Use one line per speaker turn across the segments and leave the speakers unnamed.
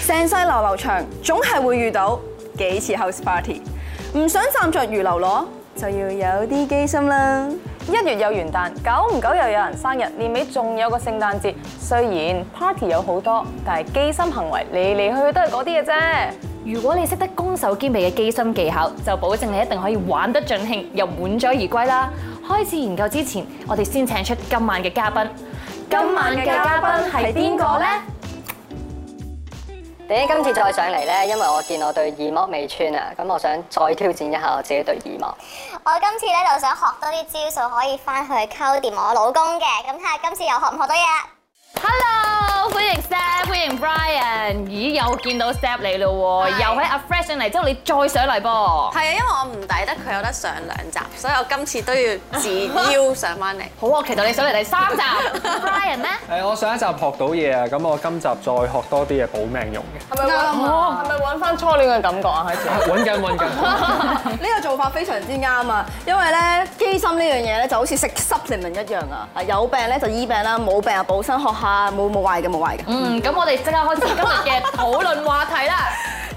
浮遊場總係會遇到幾次 house party，唔想站着如流螺，就要有啲機心啦。
一月有元旦，久唔久又有人生日，年尾仲有個聖誕節。雖然 party 有好多，但係機心行為嚟嚟去去都係嗰啲嘅啫。
如果你識得攻守兼備嘅機心技巧，就保證你一定可以玩得盡興，又滿載而歸啦。開始研究之前，我哋先請出今晚嘅嘉賓。
今晚嘅嘉賓係邊個呢？
點解今次再上嚟呢？因為我見我對耳膜未穿啊，咁我想再挑戰一下我自己對耳膜。
我今次咧就想學多啲招數，可以翻去溝掂我老公嘅，咁睇下今次又學唔學到嘢啊啦。
Hello，歡迎 Step，歡迎 Brian。咦，又見到 Step 你咯喎，
係
又喺 A Fresh 上嚟之後，你再上嚟噃。
係啊，因為我唔抵得佢有得上兩集，所以我今次都要自邀上 翻嚟。
好，我期待你上嚟第三集。Brian 呢？
誒，我上一集學到嘢啊，咁我今集再學多啲嘢保命用嘅。
係咪
啊
揾係咪揾翻初戀嘅感覺啊？開始
揾緊揾緊，
哦呢個做法非常之啱啊！因為咧，機心呢樣嘢咧就好似食 supplement 一樣啊！啊有病咧就醫病啦，冇病啊補身學下，冇冇壞嘅冇壞嘅。
嗯，咁我哋即刻開始今日 嘅討論話題啦。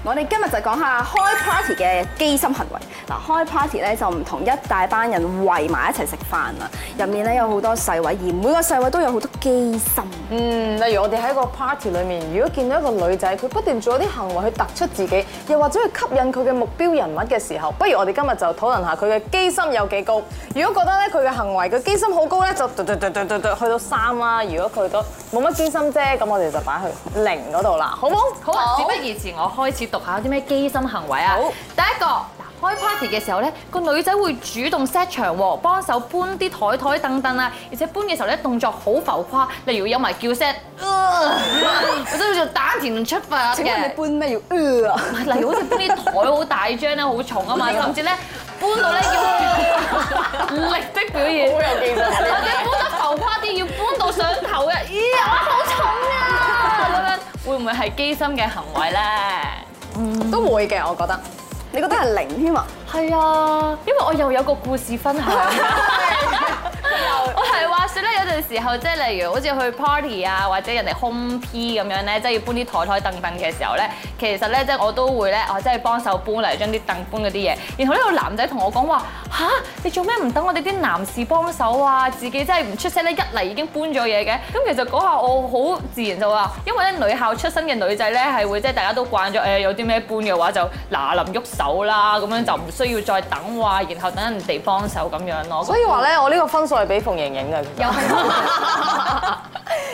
我哋今日就講下開 party 嘅機心行為。嗱，開 party 咧就唔同一大班人圍埋一齊食飯啦，入面咧有好多細位，而每個細位都有好多機心。
嗯，例如我哋喺個 party 裏面，如果見到一個女仔，佢不斷做一啲行為去突出自己，又或者去吸引佢嘅目標人物嘅時候，不如我哋今日就討論下佢嘅機心有幾高。如果覺得咧佢嘅行為嘅機心好高咧，就嘟嘟嘟嘟嘟嘟去到三啦。如果佢都冇乜機心啫，咁我哋就擺去零嗰度啦，好冇？
好啊，事不宜遲，我開始讀下有啲咩機心行為啊。
好
第一個。嗱開 party 嘅時候咧，個女仔會主動 set 場喎，幫手搬啲台台凳凳啊，而且搬嘅時候咧動作好浮誇，例如有埋叫 聲，或者叫做打田出發嘅。
搬咩要呃啊？
例如好似搬啲台好大張咧，好重啊 嘛，甚至咧搬到咧要 力的表現，好有技
呃啊
術，或者搬得浮誇啲，要搬到上頭嘅， 咦，我好重啊！咁樣會唔會係機心嘅行為咧？
都會嘅，我覺得。
你覺得係零添啊？
係啊，因為我又有個故事分享。 我係話説咧，有陣時候即係例如好似去 party 啊，或者人哋啊 home p 咁樣咧，即係要搬啲台台凳凳嘅時候咧，其實咧即係我都會咧，我即係幫手搬嚟將啲凳搬嗰啲嘢。然後呢個男仔同我講話吓，你做咩唔等我哋啲男士幫手啊？自己真係唔出聲咧，一嚟已經搬咗嘢嘅。 咁其實嗰下我好啊自然就話，因為咧女校出身嘅女仔咧係會即係大家都慣咗誒，有啲咩搬嘅話就嗱臨喐手啦，咁樣就唔需要再等話，然後等人哋幫手咁樣咯。
所以話咧，我呢個分數係俾馮盈盈嘅。
又係。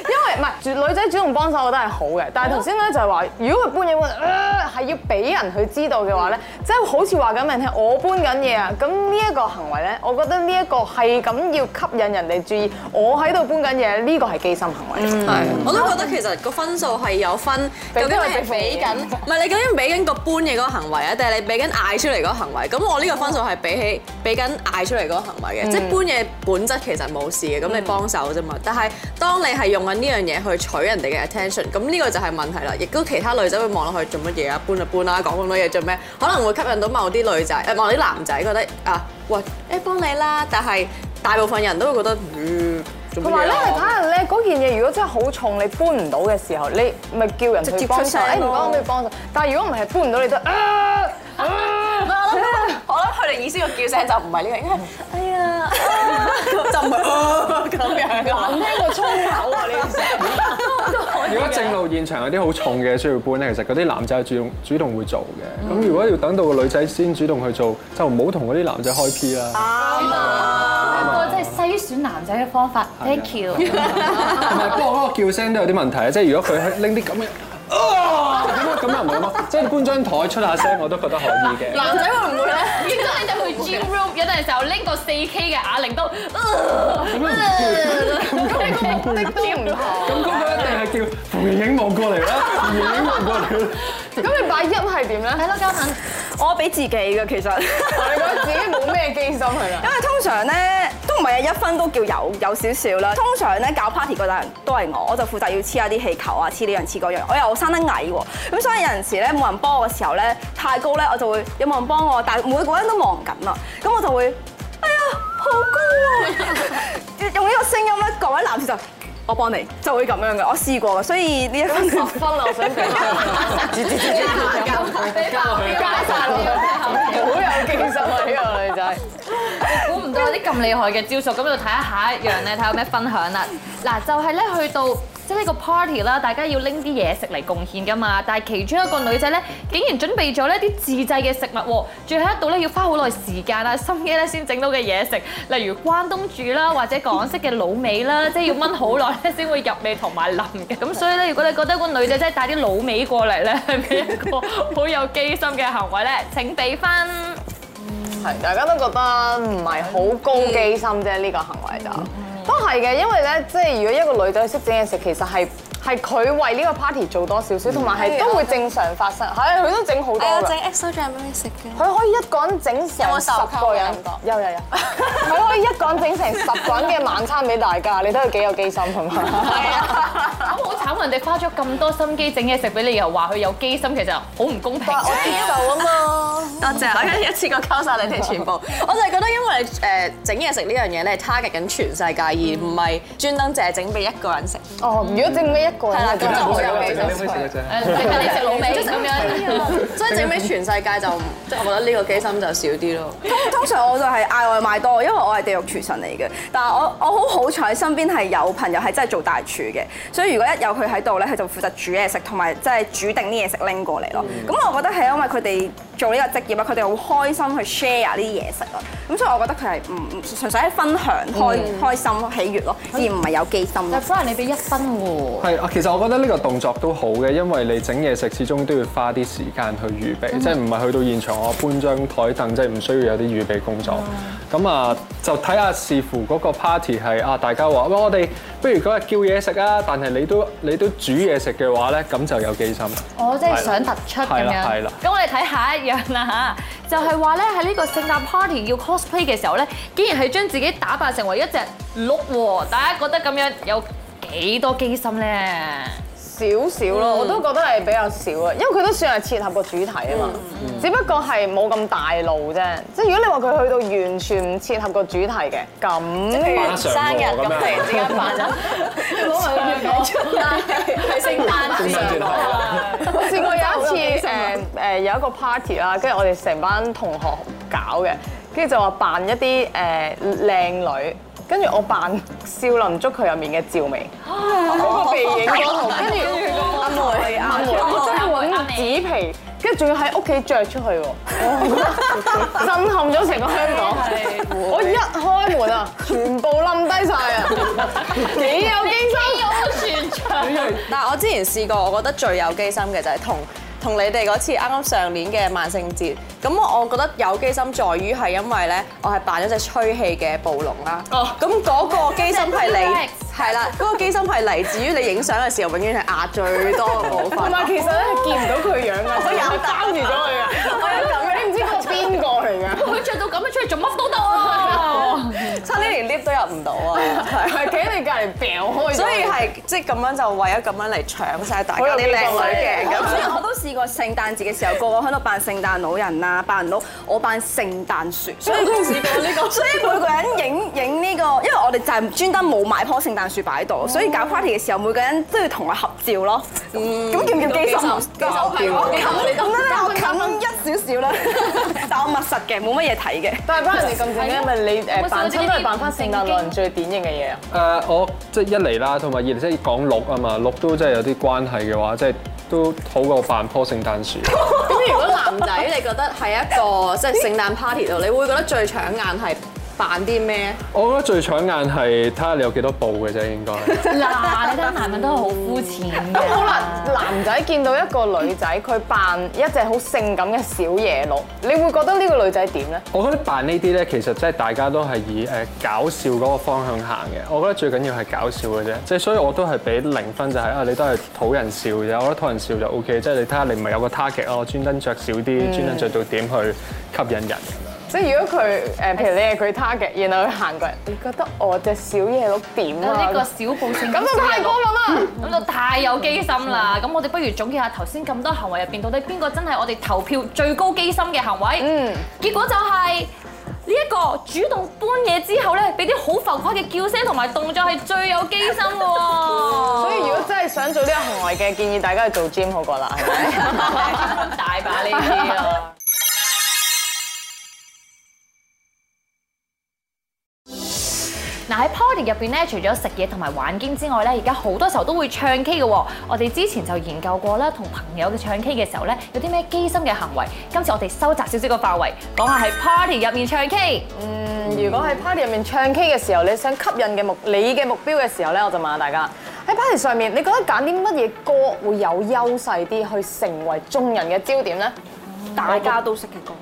因為唔係女仔主動幫手，我覺得係好嘅。但係頭先咧就係話，如果佢搬嘢搬，呃係、要俾人去知道嘅話咧，即係好似話緊俾人聽，我搬緊嘢啊。咁呢一個行為咧，我覺得呢一個係咁要吸引人哋注意，我喺度搬緊嘢，呢個係機心行為。
係，我都覺得其實個分數係有分，
俾
究竟
邊個
係俾緊，
俾
唔係你究竟俾緊個搬嘢嗰個行為啊，定係你俾緊嗌出嚟嗰個行為？咁我呢個分數係比起俾緊嗌出嚟嗰個行為嘅，即係搬嘢本質其實冇事嘅，咁你幫手啫嘛。但係當你係用緊呢樣嘢去取人哋嘅 attention，咁呢個就係問題啦。亦都其他女仔會望落去做乜嘢啊？搬就搬啦，講咁多嘢做咩？可能會吸引到某啲女仔，誒某啲男仔覺得啊，喂，誒幫你啦，但係大部分人都會覺得，嗯，做乜
同
嘢
埋咧，
啊
你睇下咧嗰件嘢，如果真係好重，你搬唔到嘅時候，你咪叫人
直接
去幫
出
手，
聲
誒唔
咯
該可唔可以幫手？但係如果唔係搬唔到，你都啊
唔係，我諗我諗佢哋意思個叫聲就唔係呢個，應該係哎呀，就唔係哦咁樣
難
啦。
聽過粗口啊！呢啲聲。
如果正路現場有啲好重嘅需要搬咧，其實嗰啲男仔係主動主動會做嘅。咁如果要等到個女仔先主動去做，就唔好同嗰啲男仔開 P 啦。
個真係篩選男仔嘅方法，thank you。
同埋幫嗰個叫聲都有啲問題啊！即係如果佢拎啲咁嘅啊咁樣咁又唔好咯，即係搬張台出下聲我都覺得可以嘅。
男仔會唔會咧？
亦都你哋去 gym room 有陣時候拎個四 K 嘅啞鈴都，
咁樣唔叫咁
你目的都唔同。
咁嗰個一定係叫馮盈盈望過嚟啦，馮盈盈望過嚟啦。
咁你拜一係點咧？
睇到嘉敏，
我俾自己嘅其實。
你覺得自己冇咩機心係啦
因。為通常咧都唔係一分都叫有有少少啦。通常咧搞 party 嗰陣都係我，我就負責要黐下啲氣球啊，黐呢樣黐嗰樣。我又生得矮喎，咁所以有陣時咧冇人幫我嘅時候咧太高咧，我就會有冇人幫我，但係每個人都忙緊啦，咁我就會哎呀好高啊！用呢個聲音咧，各位男士就。我幫你，就會咁樣嘅。我試過嘅，所以呢一分
十分啦，我想俾好有技術啊！呢個女仔，
估唔到有啲咁厲害嘅招數，咁就睇下下一樣咧，睇下有咩分享啦。嗱，就係咧去到即係呢個 party 啦，大家要拎啲嘢食嚟貢獻噶嘛，但係其中一個女仔咧，竟然準備咗呢啲自製嘅食物喎，最後一度咧要花好耐時間啦、心機咧先整到嘅嘢食，例如關東煮啦，或者港式嘅滷味啦，即係要炆好耐咧先會入味同埋腍嘅。咁所以咧，如果你覺得個女仔真係帶啲滷味過嚟咧，係咪一個好有機心嘅行為咧？請俾分。
係 大家都覺得唔係好高機心啫，呢個行為就都係嘅，因為咧，即係如果一個女仔識整嘢食，其實係。係佢為呢個 party 做多少少，同埋嗯係都會正常發生。係啊佢都整好多
係啊，
㗎
整 XO 醬俾你食嘅。
佢可以一個人整成十個人，有有有，佢可以一個人整成十個人嘅晚餐俾大家，你都係幾有機心係嘛？係啊，
咁好慘，人哋花咗咁多心機整嘢食俾你，又話佢有機心，其實好唔公平。
我接受啊嘛。
多謝， 我一次過交晒你哋全部。 我就係覺得，因為誒整嘢食呢樣嘢咧，係 target 緊全世界，而唔係專登淨係整俾一個人食。
哦，如果整俾一個人
係啦，咁
就
就好有
整
機
呢杯
心。
食嘅啫。
誒，你你食老味咁樣，
所以整俾全世界就，即係我覺得呢個機心就少啲咯。
通常我就係嗌外賣多，因為我係地獄廚神嚟嘅。但係我我好好彩，身邊係有朋友係真係做大廚嘅，所以如果一有佢喺度咧，佢就負責煮嘢食，同埋即係煮定啲嘢食拎過嚟咯。咁、我覺得係因為佢哋做呢個職業啊，佢哋好開心去 share 呢啲嘢食啊。咁所以我覺得佢係唔唔純粹係分享開、開心喜悅咯，而唔係有機心咯
但。Brian 你俾一分喎。
係啊，其實我覺得呢個動作都好嘅，因為你整嘢食始終都要花啲時間去預
嗯
備，即係唔係去到現場我搬張台凳，即係唔需要有啲預備工作。
嗯
咁啊，就睇下視乎嗰個 party 係啊，大家話喂我哋不如嗰日叫嘢食啊，但係你都你都煮嘢食嘅話咧，咁就有機心。
我真係啊想突出咁
係啦係
樣
啦。
咁我哋睇下一樣啦嚇，就係話咧喺呢個聖誕 party 要 cosplay 嘅時候咧，竟然係將自己打扮成為一隻鹿喎，大家覺得咁樣有幾多機心咧？
少少咯，我都覺得係比較少啊，因為佢都算係切合個主題啊嘛，只不過係冇咁大路啫。即係如果你話佢去到完全唔切合個主題嘅，咁
扮上生日咁突然之間
啊
扮咗，你唔好問佢出嚟，係聖誕節
我試過有一啊次誒誒有一個 party 啦，跟住我哋成班同學搞嘅，跟住就話扮一啲誒靚女。跟住我扮少林足球入面嘅趙薇，嗰個鼻影嗰度，跟住阿梅阿梅，我真係揾紙皮，跟住仲要喺屋企着出去喎，震撼咗成個香港。我一開門啊，全部冧低晒啊，幾有經
哎
心。
但係我之前試過，我覺得最有機心嘅就係同同你哋嗰次啱啱上年嘅萬聖節。咁我覺得有機心在於係因為咧，我係扮咗隻吹氣嘅暴龍啦。哦，咁嗰個機心 係你
Relax
係啦，嗰個機心係嚟自於你影相嘅時候，永遠係壓最多嘅部
同
分。
埋其實咧見唔到佢樣啊，我有包住咗佢啊，我有咁嘅，你唔知嗰個邊個嚟㗎？
佢着到咁樣出嚟做乜都得啊！
差啲連 lift 都入唔到啊！
係企喺你隔離掉開咗，
所以係即係咁樣就為咗咁樣嚟搶晒大家啲靚女嘅咁。
我都試過聖誕節嘅時候，個個喺度扮聖誕老人啊，扮到我扮聖誕樹， 所以試過呢個， 所以每個人影影呢個，因為我哋就係專登冇買棵聖誕樹擺喺度，所以搞 party 嘅時候，每個人都要同我合照咯。咁叫唔叫機心啊？機心我冚咁咧，我冚一少少啦， 但我密實嘅，冇乜嘢睇嘅。
但係班人哋咁正經，咪你誒
我
扮親都係扮翻聖誕老人最典型嘅嘢啊！
誒、我即係一嚟啦，同埋二嚟即係講鹿啊嘛，鹿都真係有啲關係嘅話，即係都好過扮棵聖誕樹。
咁如果男仔你覺得喺一個即係聖誕 party 度，你會覺得最搶眼係扮啲咩？
我覺得最搶眼係睇下你有幾多步嘅啫，應該。
嗱，你睇男人都係好膚淺嘅。
咁好啦，男仔見到一個女仔，佢扮一隻好性感嘅小野鹿，你會覺得呢個女仔點咧？
我覺得扮呢啲咧，其實即係大家都係以誒呃搞笑嗰個方向行嘅。我覺得最緊要係搞笑嘅啫，即係所以我都係俾零分就係、啊，你都係討人笑啫。我覺得討人笑就 O K，即係你睇下你唔係有個 target 啊咯，我專登着少啲，專登着到點去吸引人。
即係如果佢誒，譬如你係佢 target，然後佢行過嚟，你覺得我隻小野鹿點啊？
哦呢個小報性
咁就太過分啦！
咁就太有機心啦！咁我哋不如總結下頭先咁多行為入邊，到底邊個真係我哋投票最高機心嘅行為？嗯，結果就係呢一個主動搬嘢之後咧，俾啲好浮誇嘅叫聲同埋動作係最有機心嘅喎。
所以如果真係想做呢個行為嘅，建議大家去做 gym 好過啦，係咪？
大 把呢啲啊！嗱喺 party 入邊咧，除咗食嘢同埋玩 game 之外咧，而家好多時候都會唱 K 嘅喎。我哋之前就研究過啦，同朋友嘅唱 K 嘅時候咧，有啲咩機心嘅行為。今次我哋收窄少少個範圍，講下喺 party 入面唱 K。嗯
如果喺 party 入面唱 K 嘅時候，你想吸引嘅目你嘅目標嘅時候咧，我就問下大家喺 party 上面，你覺得揀啲乜嘢歌會有優勢啲，去成為眾人嘅焦點咧？
嗯
大家都識嘅歌。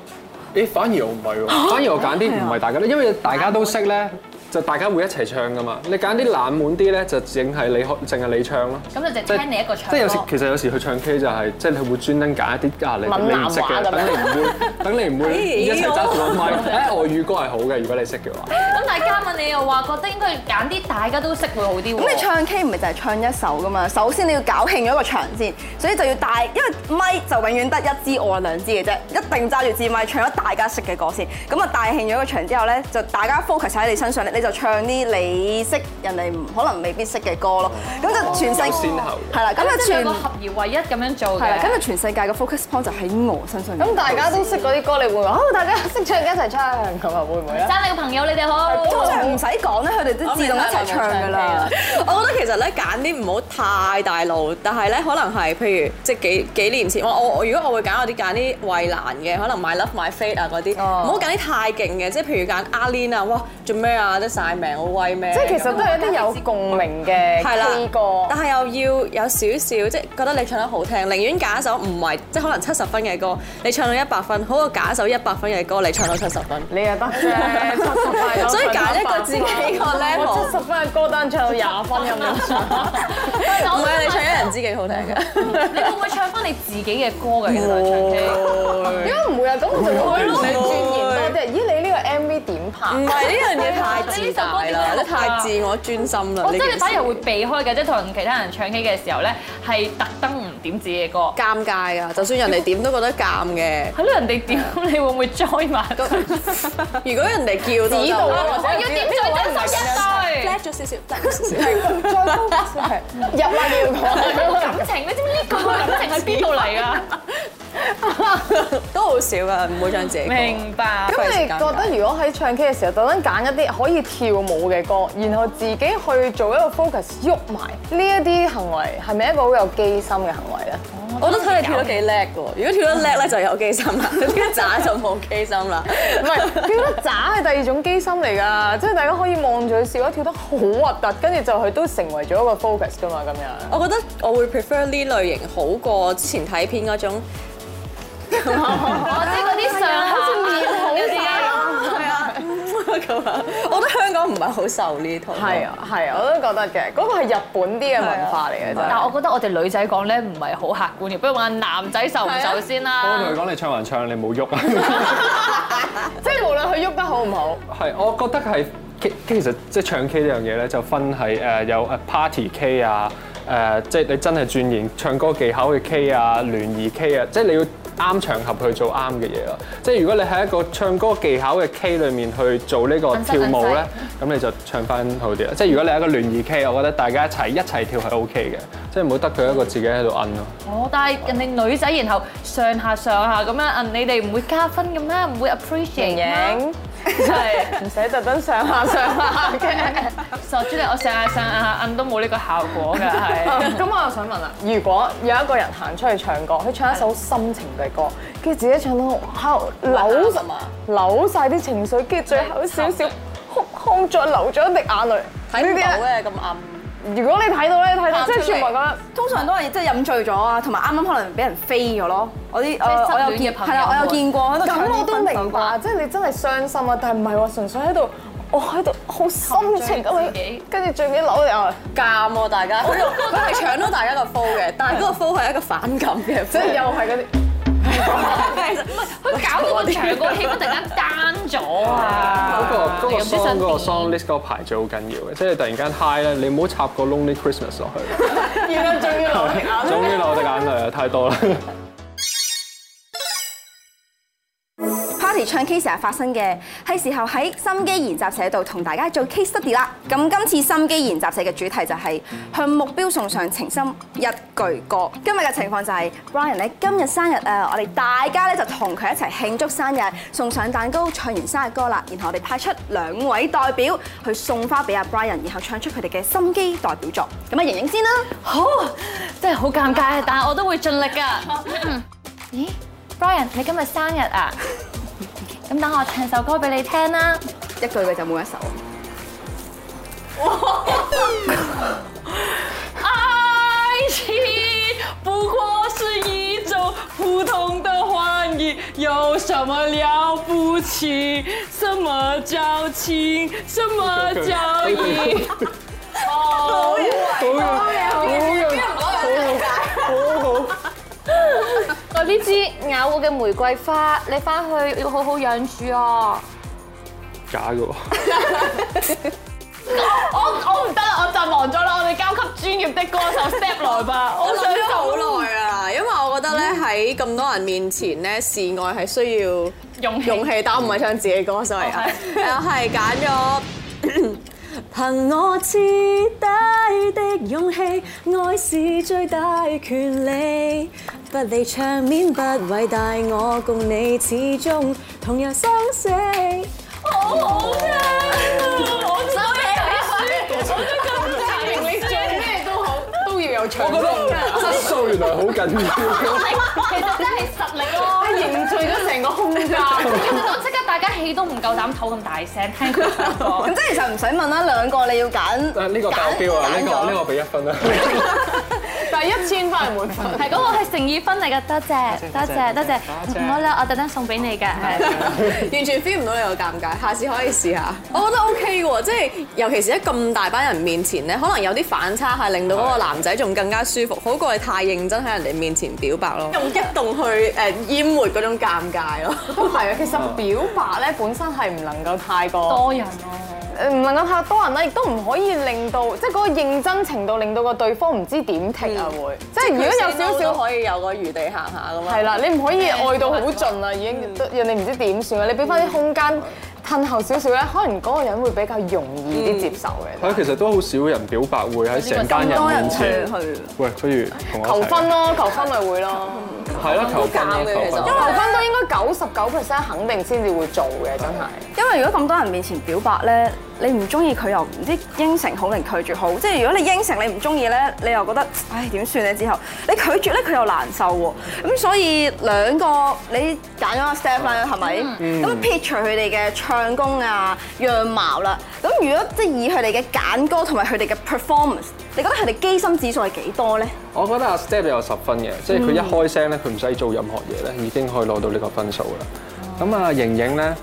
咦，反而我唔係喎，反而我揀啲唔係大家咧，因為大家都識咧，就大家會一齊唱噶嘛。你揀啲冷門啲咧，就淨係你可，淨係你唱咯。
咁就淨聽你一個唱
即係有時
歌
其實有時去唱 K 就係，即係你會專登揀一啲啊你
閩
你
南
唔識
話
嘅，
咁樣
等你 唔會，等你唔
哎
會一齊揸住個麥。誒外語歌係好嘅，如果你識嘅話。
咁啊但係嘉敏你又話覺得應該揀啲大家都識會好啲喎。
咁你唱 K 唔係就係唱一首噶嘛？首先你要搞興咗一個場先，所以就要帶，因為咪就永遠得一支我兩支嘅啫，一定揸住支咪唱咗大家識嘅歌先。咁啊帶興咗個場之後咧，就大家 focus 喺你身上咧，你就唱啲你識人哋唔可能未必識嘅歌咯。咁就全世
有哦先後嘅
係啦，咁啊
即係兩
全
個合而為一咁樣做
係啦，
嘅。
咁啊全世界嘅 focus point 就喺我身上面。
咁大家都識嗰啲歌，你會話好，大家識唱嘅一齊唱咁啊，會唔 會咧？
生你個朋友你哋好。
通常唔使講咧，佢哋都自動一齊唱㗎啦。
我覺得其實咧揀啲唔好太大路，但係咧可能係譬如即係幾幾年前，我我我如果我會揀我啲揀啲衞蘭嘅，可能 My Love My Fate 啊嗰啲，唔好揀啲太勁嘅，即係譬如揀阿 Lin 啊，哇做咩啊得晒命好威咩？
即係其實都係一啲有共鳴嘅
係啦
K 歌，。
但係又要有少少，即係覺得你唱得好聽，寧願揀一首唔係即係可能七十分嘅歌，你唱到一百分，好過揀一首一百分嘅歌，你唱到七十分。
你又得啫， 七十分
所以揀一個自己個 level
我七十分嘅歌單唱到廿分咁樣唱，
唔係啊你唱一人知己好聽嘅。
你會唔會唱翻你自己嘅歌㗎？其實唱 K。哦
點解唔會啊？咁我就會你鑽研多啲。咦，你呢個 MV 點拍？
唔係呢樣嘢太自大啦，你太自我專心啦。
我即
呢件
係
事
你反而會避開嘅，即係同其他人唱 K 嘅時候咧，係特登唔點自己嘅歌。
尷尬㗎，就算人哋點都覺得尷 嘅。
係咯，啊人哋點你會唔會 join 埋？
如果人哋叫到
指導啊
就
或
我
者
要點最真心一對
flat 咗少少，flat 咗少少。
再高 係入埋要講。
感情，你知唔知呢個感情係邊度嚟㗎？
都好少㗎，唔會唱自己歌。
明白。
咁你覺得如果喺唱 K 嘅時候，特登揀一啲可以跳舞嘅歌，然後自己去做一個 focus 喐埋，呢一啲行為係咪一個好有機心嘅行為咧？
我都睇你跳得幾叻㗎喎，如果跳得叻咧就有機心 啦，跳得渣就冇機心啦。
唔係跳得渣係第二種機心嚟 㗎，即係大家可以望住佢笑，一跳得好核突，跟住就佢都成為咗一個 focus 㗎嘛，咁樣。
我覺得我會 prefer 呢類型好過之前睇片嗰種。
我知嗰啲上下嗰啲啊
係啊，咁啊，我覺得香港唔係好受呢套。
係啊，係啊，啊我都覺得嘅，嗰個係日本啲嘅文化嚟嘅
但係
啫。
我覺得我哋女仔講咧唔係好客觀嘅，不如問下男仔受唔受先
我
啦
同。佢講你唱還唱，你冇喐啊。
即係無論佢喐得好唔好，
係，我覺得係其其實即係唱 K 呢樣嘢咧，就分係誒有誒 party K 啊，誒即係你真係鑽研唱歌技巧嘅 K 啊，聯誼 K 啊，即係你要啱場合去做啱嘅嘢咯。啊即係如果你喺一個唱歌技巧嘅 K 裏面去做呢個跳舞咧，咁你就唱翻好啲啦。即係如果你係一個聯誼 K，我覺得大家一齊一齊跳係 OK 嘅，即係唔好得佢一個自己喺度摁咯。
哦，但係人哋女仔，然後上下上下咁樣摁，你哋唔會加分嘅咩？唔會 appreciate 咩？
影
係。
唔使特登上下上下 嘅。
傻豬你我上下上下摁都冇呢個效果㗎，係。
咁我又想問啦，如果有一個人行出去唱歌，佢唱一首心情嘅歌，跟住自己唱到扭
係嘛
扭晒啲情緒，跟住最後少少哭哭再流咗一滴眼淚，
睇唔
呢啲
到
呢
咧咁暗。
如果你睇到咧，睇到
喊
即
出嚟
係全部咁樣。
通常都係即係飲醉咗啊，同埋啱啱可能俾人飛咗咯。我啲呃
係失戀
我我有見
嘅朋
係
友
啦，我有見過喺度唱
咁我都
啲分手
明
歌
白，即係你真係傷心啊，但係唔係話純粹喺度，我喺度好心情咁
自
樣
己，
跟住最尾扭嚟啊，
尷喎大家，佢 佢係搶到大家個 feel 嘅，但係嗰個 feel 係一個反感嘅 feel，
即係又係嗰啲。
佢搞到個場個氣氛突然間 down 咗啊！
嗰個嗰個
你唔知想
song 嗰
點
個 song list 嗰個排序好緊要嘅，即係突然間 high 咧，你唔好插個 Lonely Christmas 落去。
原來仲要流滴眼
終 啊於流我隻眼淚啦，太多啦。
party 唱 K 成日發生嘅，係時候喺心機研習社度同大家做 case study 啦。咁今次心機研習社嘅主題就係向目標送上情深一句歌。今日嘅情況就係 Brian 咧今日生日啊，我哋大家咧就同佢一齊慶祝生日，送上蛋糕，唱完生日歌啦，然後我哋派出兩位代表去送花俾阿 Brian，然後唱出佢哋嘅心機代表作。咁啊，盈盈先啦，
好，真係好尷尬啊！但係我都會盡力㗎。 嗯咦，Brian，你今日生日啊？咁等我唱首歌俾你聽啦。
一句嘅就冇一首。
愛情不過是一種普通的玩意，有什麼了不起？什麼叫情？什麼叫義？ 哦，我哦呢支咬我嘅玫瑰花，你翻去要好好養住哦。
假嘅喎。
我我唔得啦，我就忘咗啦，我哋交給專業的歌手 step 來吧，我想
咗好耐啊，因為我覺得咧喺咁多人面前咧示愛係需要。
勇氣
勇。氣，但我唔係唱自己歌，sorry 啊，我係揀咗。憑我徹底的勇氣，愛是最大權利。不理場面不偉大，我共你始終同樣生死。
好好聽啊！我真係我真係咁
咩都好，都要有長
我覺得質素原來好緊要。
其實真係實力咯。
凝聚咗成個空間。
其實 我即刻大家氣都唔夠膽唞咁大聲聽佢唱歌
咁。即係其實唔使問啦，兩個你要 揀。
啊呢個爆標啊！呢個呢個俾一分啦。
但係一千塊每份。
係嗰個係誠意分嚟嘅，多謝多謝多謝，唔好啦，我特登送俾你嘅。
完全 feel 唔到你個尷尬，下次可以試 下。我覺得 OK 嘅喎，即係尤其是喺咁大班人面前咧，可能有啲反差係令到嗰個男仔仲更加舒服，好過你太認真喺人哋面前表白咯，用激動去誒淹沒嗰種尷尬咯。
都係啊，其實表白咧本身係唔能夠太過，
多人咯，
誒唔能夠太多人啦，亦都唔可以令到即係嗰個認真程度令到個對方唔知點踢啊會，即係如果有少少。
可以有個餘地行下咁樣。
係啦，你唔可以愛到好盡啦，已經都人哋唔知點算啊！你俾翻啲空間褪後少少咧，可能嗰個人會比較容易啲接受
係
嘅。
啊其實都好少人表白會喺成班人面前。喂，不如同我
求
一齊啊
婚，咯，求婚咪會咯，
係啦，求婚啦，
尷嘅其實
求
求
婚。啊
婚都應該九十九 percent 肯定先至會做嘅，真係。
因為如果咁多人面前表白咧，你唔中意佢又唔知應承好定拒絕好，即係如果你應承你唔中意咧，你又覺得唉點算咧？之後你拒絕咧，佢又難受喎。咁所以兩個你揀咗阿 Step 啦，係咪？咁撇除佢哋嘅唱功啊、樣貌啦，咁如果即係以佢哋嘅揀歌同埋佢哋嘅 performance，你覺得佢哋機心指數係幾多咧？
我覺得阿 Step 有十分嘅，即係佢一開聲咧，佢唔使做任何嘢咧，已經可以攞到呢個分數啦。咁啊，盈盈咧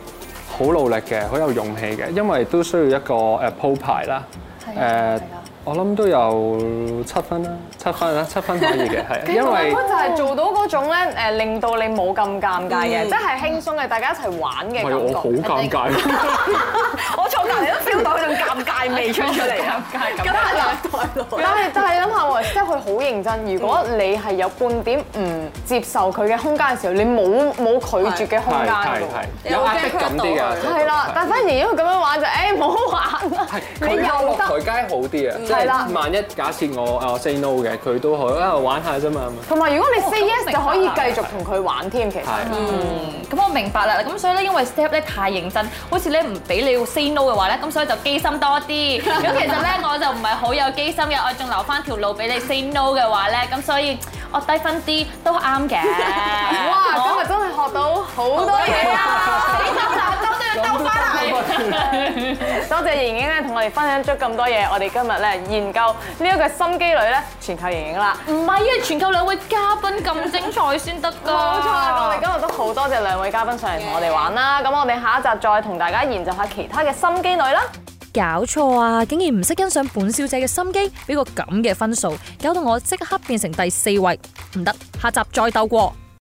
好努力嘅，好有勇氣嘅，因為都需要一個誒鋪排啦。
係啊
誒，我諗都有七分啦，七分啦，七分可 以嘅，係因為
就係做到嗰種咧，誒令到你冇咁尷尬嘅，即係輕鬆嘅，大家一齊玩嘅
係我
感
好
覺。
尷尬。
我坐隔離都 feel 到嗰種尷尬味出 出嚟啊！
但係但係諗下喎，即係佢好認真。如果你係有半點唔接受佢嘅空間嘅時候，你冇冇拒絕嘅空間㗎喎。
係有壓迫感啲嘅，
係啦，但反而因為咁樣玩就，誒唔好玩啦，你
佢
又
落台
得。
階好啲啊，即
係啦
係萬一假設我誒 say no 嘅，佢都可以啊玩下啫嘛。
同埋如果你 say
咁
yes
明
就
白
可以
啦
繼續同佢玩添，其實。
係。
咁我明白啦。咁所以咧，因為 step 咧太認真，好似咧唔俾你 say no 嘅話咧，咁所以就機心多 啲。咁其實咧，我就唔係好有機心嘅，我仲留翻條路俾你 say no 嘅話咧，咁所以我低分啲都啱嘅。
哇！今日真係學到好多嘢啊！
幾心難得都要兜翻嚟。
多謝盈盈咧同我哋分享咗咁多嘢，我哋今日咧研究呢一個心機女咧，全靠盈盈啦。
唔係啊，全靠兩位嘉賓咁精彩先得㗎。
冇錯啊啦，我哋今日都好多謝兩位嘉賓上嚟同我哋玩啦。咁我哋下一集再同大家研究下其他嘅心機女啦。
搞錯啊！竟然唔識欣賞本小姐嘅心機，俾個咁嘅分數，搞到我即刻變成第四位，唔得，下集再鬥過。